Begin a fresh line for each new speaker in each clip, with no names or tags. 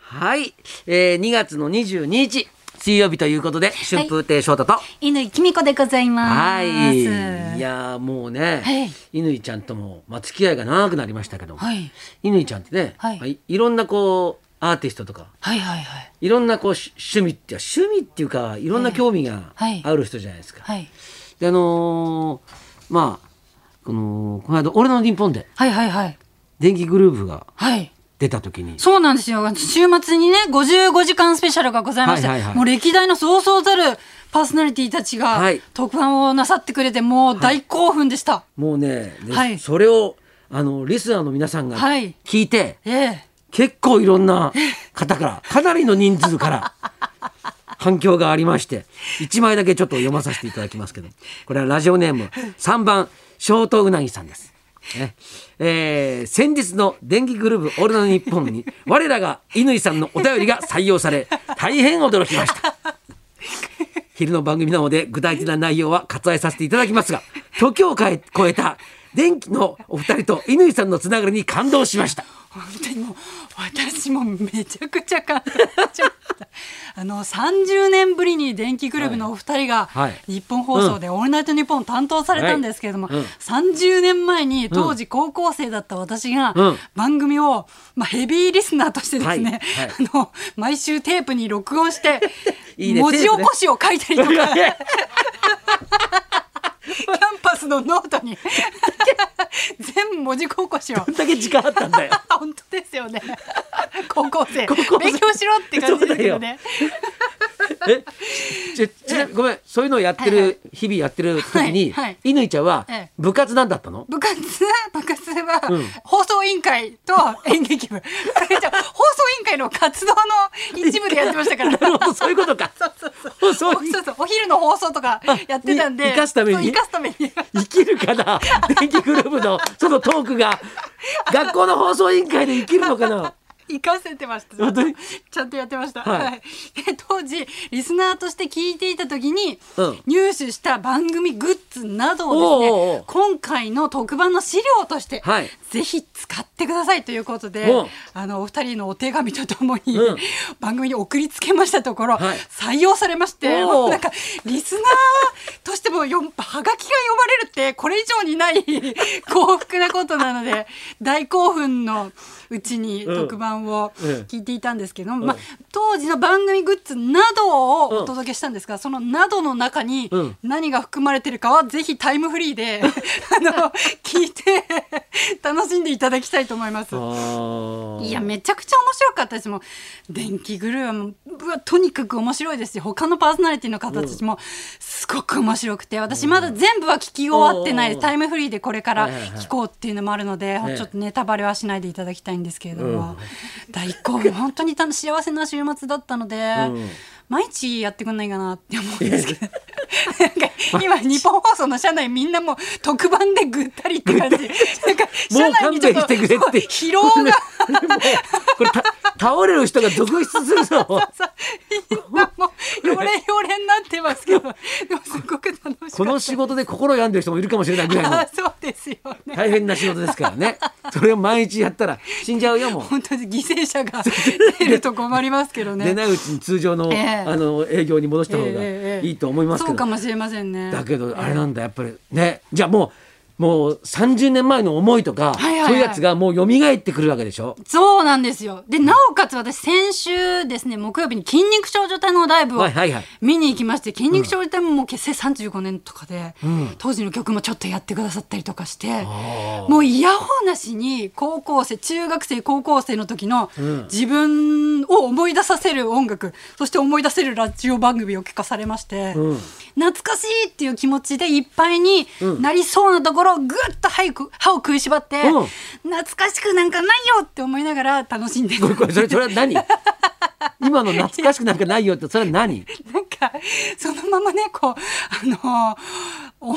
はい、えー、2月の22日水曜日ということで春風亭昇太と、
犬きみこでございま
は
す。
い、いやーもうね、乾ちゃんとも、まあ、付き合いが長くなりましたけども、
はい
乾ちゃんってね、
はい
まあいろんなこうアーティストとか
はいはいはい
いろんなこうし趣味って趣味っていうかいろんな興味が
はい
ある人じゃないですか。
はい
であのーまあこのこの間「俺の日本で
はいはいはい
電気グループが
はい。
出た時に
そうなんですよ。週末にね、55時間スペシャルがございまして、
はいはいはい
もう歴代のそうそうざるパーソナリティたちが
はい
特番をなさってくれて、もう大興奮でした。
もうね、で
はい
それをあのリスナーの皆さんが
はい
聞いて、
ええ。
結構いろんな方からかなりの人数から反響がありまして1枚だけちょっと読まさせていただきますけどこれはラジオネーム3番ショートうなぎさんです。ねえー先日の電気グループ「オールナイトニッポン」に我らが乾さんのお便りが採用され大変驚きました昼の番組なので具体的な内容は割愛させていただきますが時を変え超えた電気のお二人と乾さんのつながりに感動しました
本当にもう私もめちゃくちゃ感動しちゃったあの30年ぶりに電気グループのお二人が
はいはい
日本放送で「オールナイトニッポン」担当されたんですけれども、
はいうん
30年前に当時高校生だった私が
うん
番組を、まあ、ヘビーリスナーとしてですね、
はいは
あの毎週テープに録音して
いいね
文字起こしを書いたりとか、 キャンパスのノート に全文字起こしを
どんだけ時間あったんだよ。
あ 本当ですよね。高校生
高校生
勉強しろって感じですよね。
え、 ちょちなごめん、そういうのをやってる、
はいは
日々やってる時に、
はいはい
乾、ちゃんは
ええ
部活なんだったの？
部活部活は、
うん
放送委員会と演劇部。 じゃあ放送委員会の活動の一部でやってました から。
なるほど、そういうことか。
そうそうそう。
放送
おそうそうお昼の放送とかやってたん
あ
で
に生かすために
そう生かすために
生きるかな。電気グループのそのトークが学校の放送委員会で生きるのか な。
生かせてました
本当に
ちゃんとやってました、
はい
はい で当時リスナーとして聞いていた時に、
うん
入手した番組グッズなどをですね
おうおうおう
今回の特番の資料として、
はい
ぜひ使ってくださいということで、
うん
あのお二人のお手紙とともに、
うん
番組に送りつけましたところ、
はい
採用されまして
おう
なんかリスナーとしてもよはがきが読まれるってこれ以上に ない幸福なことなので大興奮のうちに
うん
特番を
うん
聞いていたんですけど、まあ、当時の番組グッズなどを
うん
お届けしたんですが、そのなどの中に
うん
何が含まれてるかはぜひタイムフリーで あの聞いて楽しんでいただきたいと思います。
あ
いやめちゃくちゃ面白かったですもう電気グルーはもううわとにかく面白いですし他のパーソナリティの方たちもすごく面白くて私まだ全部は聞き終わってないで
おー
すタイムフリーでこれから
はいはいはい
聞こうっていうのもあるので
ええ
ちょっとネタバレはしないでいただきたいんですけれども大興奮本当に楽幸せな週末だったので
うん
毎日やってくんないかなって思うんです けど。なんか今日本放送の社内みんなもう特番でぐったりって感じなんか
もう
社内にちょっと
勘弁してく れって
疲労が
もうこれた倒れる人が続出するぞ。
さみんなもうよれよれになってま すけどでもすごく楽しかった
この仕事で心病んでる人もいるかもしれないぐらいの
あそうですよね
大変な仕事ですからね。それを毎日やったら死んじゃうよもう。
本当に犠牲者が出ると困りますけど
出
ね
ないうちに通常の、
ええ
あの営業に戻した方が
ええええ
いいと思いますけ
そう
ど、
かもしれませんね
だけどあれ
え
なんだやっぱりねじゃあもうもう30年前の思いとか、
はいはいはい
そういうやつがもう蘇ってくるわけでしょ
えそうなんですよでなおかつ私先週ですね木曜日に筋肉少女隊のライブを
はいはいはい
見に行きまして筋肉少女隊ももう結成35年とかで、
ん
当時の曲もちょっとやってくださったりとかしてもうイヤホンなしに高校生中学生高校生の時の
うん
自分を思い出させる音楽そして思い出せるラジオ番組を聞かされまして、
うん
懐かしいっていう気持ちでいっぱいになりそうなところをぐっと歯を食歯を食いしばって、
うん
懐かしくなんかないよって思いながら楽しんでる
これこれそれそれは 何今の懐かしくなんかないよってそれは何
なんかそのままねこうあのお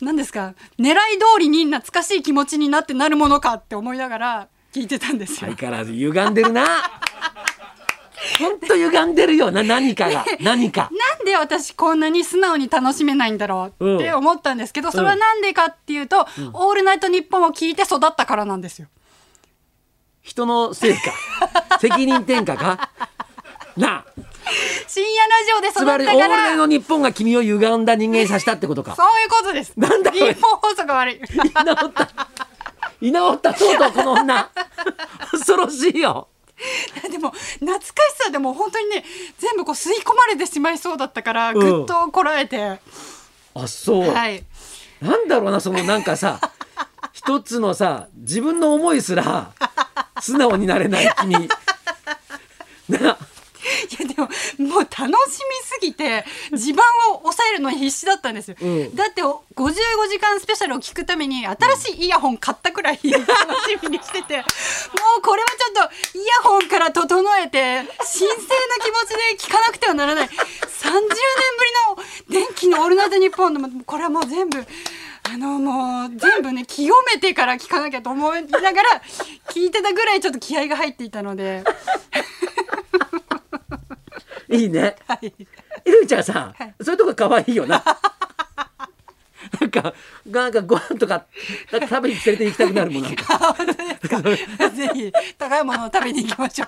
何ですか狙い通りに懐かしい気持ちになってなるものかって思いながら聞いてたんですよ。
相変わらず歪んでるな本当歪んでるよな何かが何か
なんで私こんなに素直に楽しめないんだろうって思ったんですけど、それはなんでかっていうと「オールナイトニッポン」を聞いて育ったからなんですよ。
人のせいか責任転嫁かな あ
深夜ラジオで育
つまり
っ
オ
た
ール
か
ナイト
ら
の日本が君を歪んだ人間にさしたってことか
そういうことです
なんだこれ
立法法則が 悪い
直った居直ったそうとうこの女 恐ろしいよ
でも懐かしさでもう本当にね全部こう吸い込まれてしまいそうだったから、
うん
ぐっとこらえて
あそう、
はい
なんだろうなそのなんかさ一つのさ自分の思いすら素直にな れない君な
いやでももう楽しみすぎて地盤を抑えるのに必死だったんですよ、
うん
だってお55時間スペシャルを聞くために新しいイヤホン買ったくらい楽しみにしててもうこれはちょっとイヤホンから整えて神聖な気持ちで聞かなくてはならない30年ぶりの電気の「オールナイトニッポン」のこれはもう全部。あのもう全部ね清めてから聞かなきゃと思いながら聞いてたぐらいちょっと気合が入っていたので、
いいね
はい、
えるいちゃんさ、
はい
そういうとこ可愛いよななんかなんかご飯とかなんか食べに連れて行きたくなるもんなんか
あ本当です かぜひ高いものを食べに行きましょ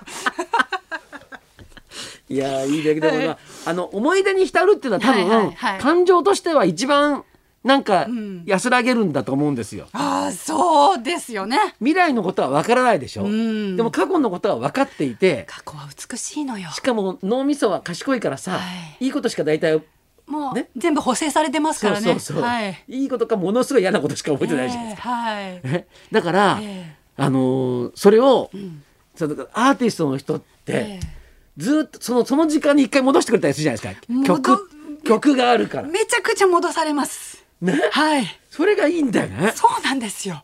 う
いやーいいだけど、
はい
まああの思い出に浸るっていうのは多分、
はいはいはい
感情としては一番なんか
ん
安らげるんだと思うんですよ、
ああそうですよね
未来のことは分からないでしょ、
ん
でも過去のことは分かっていて
過去は美しいのよ
しかも脳みそは賢いからさ、、
はい
いことしか大体
もう、
ね
全部補正されてます
そ
か
う
らね
そうそう、
はい
い、いことかものすごい嫌なことしか覚えてないじゃないですか。
えーはい
えだから、
え
あのーそれを、そのアーティストの人って、
え
ずっとそのその時間に一回戻してくれたりするじゃないですか
戻
曲曲があるから
ー。めちゃくちゃ戻されます
ね
はい
それがいいんだよね。
そうなんですよ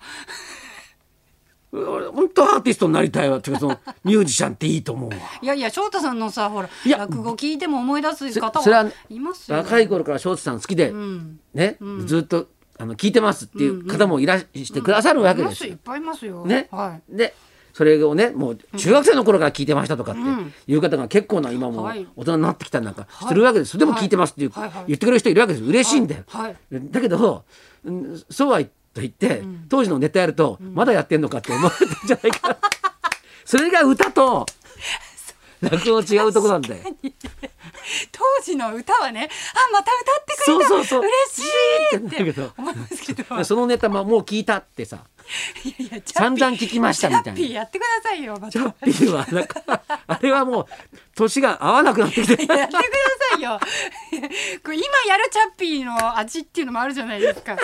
俺本当アーティストになりたいわっていうかそ のミュージシャンっていいと思うわ。
いやいや翔太さんのさほら
いや
落語聞いても思い出す方
それは
はいますよ
若い頃から翔太さん好きで、
ん
ね、ずっとあの聞いてますっていう方もいらしてくださるわ
い
けで
ますす
よ
いっぱいいますよ
ね、
はい
でそれをねもう中学生の頃から聞いてましたとかって
ん
いう方が結構な今も
はい
大人になってきたりなんかしてるわけです、でも聞いてますっていう、
はいはい
言ってくれる人いるわけです嬉しいんだよ、
はい
だけどうんそうは言って、当時のネタやると、まだやってんのかって思われてるんじゃないか なそれが歌と落語違うとこなん だよ。
当時の歌はねあまた歌ってくれた
そうそうそう
嬉しい
だ
っ
け
て
ど
思いますけど
そのネタももう聞いたってさ
いやいやチャッ
散
ピー
々聞きましたみたい
チャッピー
な。
やってくださいよま
チ
た
ャッピーはなんかあれはもう年が合わなくなってきて
やってくださいよ これ今やるチャッピーの味っていうのもあるじゃないです か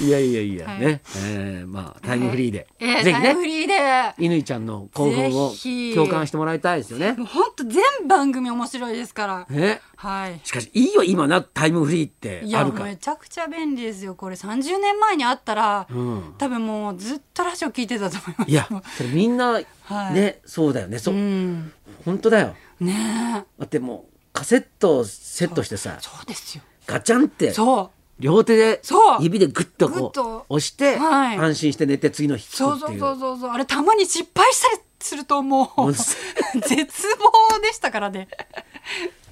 いやいやいや、
はい
ね、えーまあタイムフリーで、
えー、
ぜひ
タイムフ
ね、
リーで
乾ちゃんの興奮を
ぜひ
共感してもらいたいですよね
も。う本当全番組面白いですから
ね、
はい
しかしいいよ今なタイムフリーって
い
あ
や
るから
め。ちゃくちゃ便利ですよこれ30年前にあったら、
うん
多分もうずっとラジオ聞いてたと思います
いや、それみんなね、
はい
そうだよね、そううん本当だよ。
ねえ
だってもうカセットをセットしてさ、
そうですよ
ガチャンって
そう
両手で
そう
指でグッと
グッ
ことう押して、
はい
安心して寝て次の日聞
そう
くっ
そ
ていうう。
そうそうそうあれたまに失敗したりするとも
も
う
う
絶
す
望でしたからね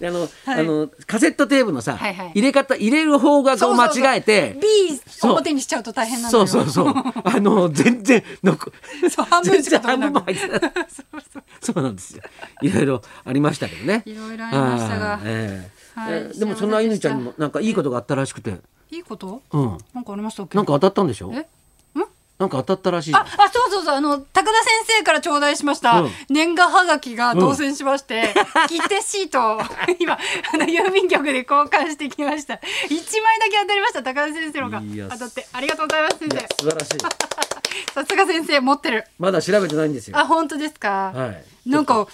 であの、
はい
あのカセットテープのさ、
はいはい
入れ方入れる方角を間違えて。
B
そう
表にしちゃうと大変なの
そ
よ
うそうそ うあの全然のこ
そう半分
全
しか
然
取れ
半
な
分も入
く
ってないそうなんですよいろいろありましたけどね
いろいろありましたが
あーええ
はい
えでもそんな
幸せ
犬
でし
ち
た
ゃんにもなんかいいことがあったらしくて
いいこと
うん
なんかありましたっけ
なんか当たったんでしょ
えん
なんか当たったらしい
ああそうそうそうあの高田先生から頂戴しました、
うん
年賀はがきが当選しまして、 切手シートを 今あの郵便局で交換してきました一枚だけ当たりました高田先生のが
いや
当たってありがとうございます先
いや
生
素晴らしい
さすが先生持ってる
まだ調べてないんですよ
あ本当ですか、
はい
なんか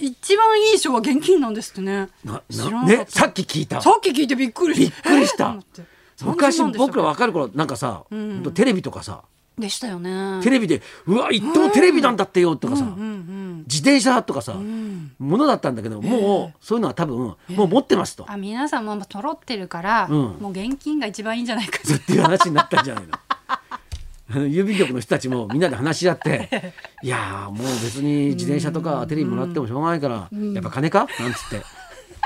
一番いい賞は現金なんですってね
な
知ら
な
なか
ね
った
さっき聞いた
さっき聞いてびっくりし
びっくりし
えー
た
と思って
昔
30万でした
僕ら若い頃なんかさほんとテレビとかさ
でしたよね
テレビでうわ一等テレビなんだってよとかさ
うんうん
自転車とかさものだったんだけどもうそういうのは多分もう持ってますと
あ皆さんもとろってるから、
うん
もう現金が一番いいんじゃないか
ずっていう話になったんじゃないのあの 郵便局の人たちもみんなで話し合 って「いやーもう別に自転車とかテレビもらってもしょうがないから、やっぱ金か?」なんつって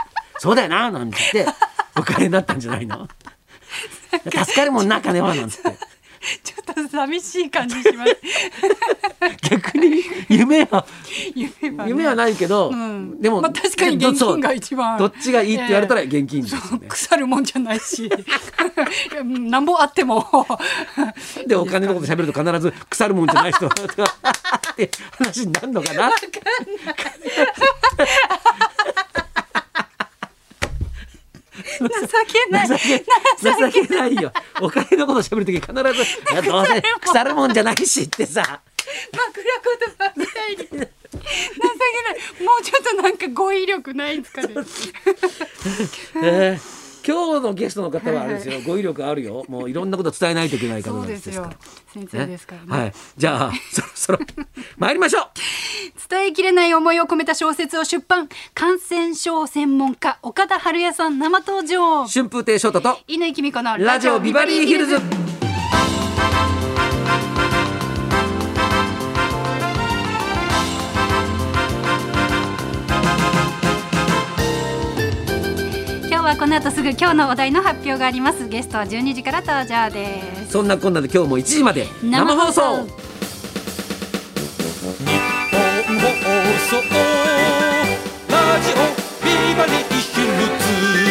「そうだよな」なんつってお金になったんじゃない の助かるもんな金はなんつって
ちょっと寂しい感じします
逆に夢は
夢はね
夢はないけど、
うん
でも、
まあ確かに現金が一番
そうどっちがいいって言われたら現金ですよね、
腐るもんじゃないし いやなんぼあって も
でお金のこと喋ると必ず腐るもんじゃない人って話になるのかな
情けない
情け情けないよお金のこと喋るとき必ずいやどうせ腐るもんじゃないしってさ
枕言葉みた いに情けないもうちょっとなんか語彙力ないんで すかね
えー今日のゲストの方はあれですよ、語彙力あるよもういろんなこと伝えないといけない方
そ
なん
う
で
ですす
から
よ先生ですからね
はいじゃあそろそろ参りましょう
伝えきれない思いを込めた小説を出版感染症専門家岡田春也さん生登場
春風亭昇太と
乾きみ子の
ラジオビバリーヒルズ
今日はこの後すぐ今日のお題の発表がありますゲストは12時から登場です
そんなこんなで今日も1時まで生放送
本放送ラジオビバリーヒルズ」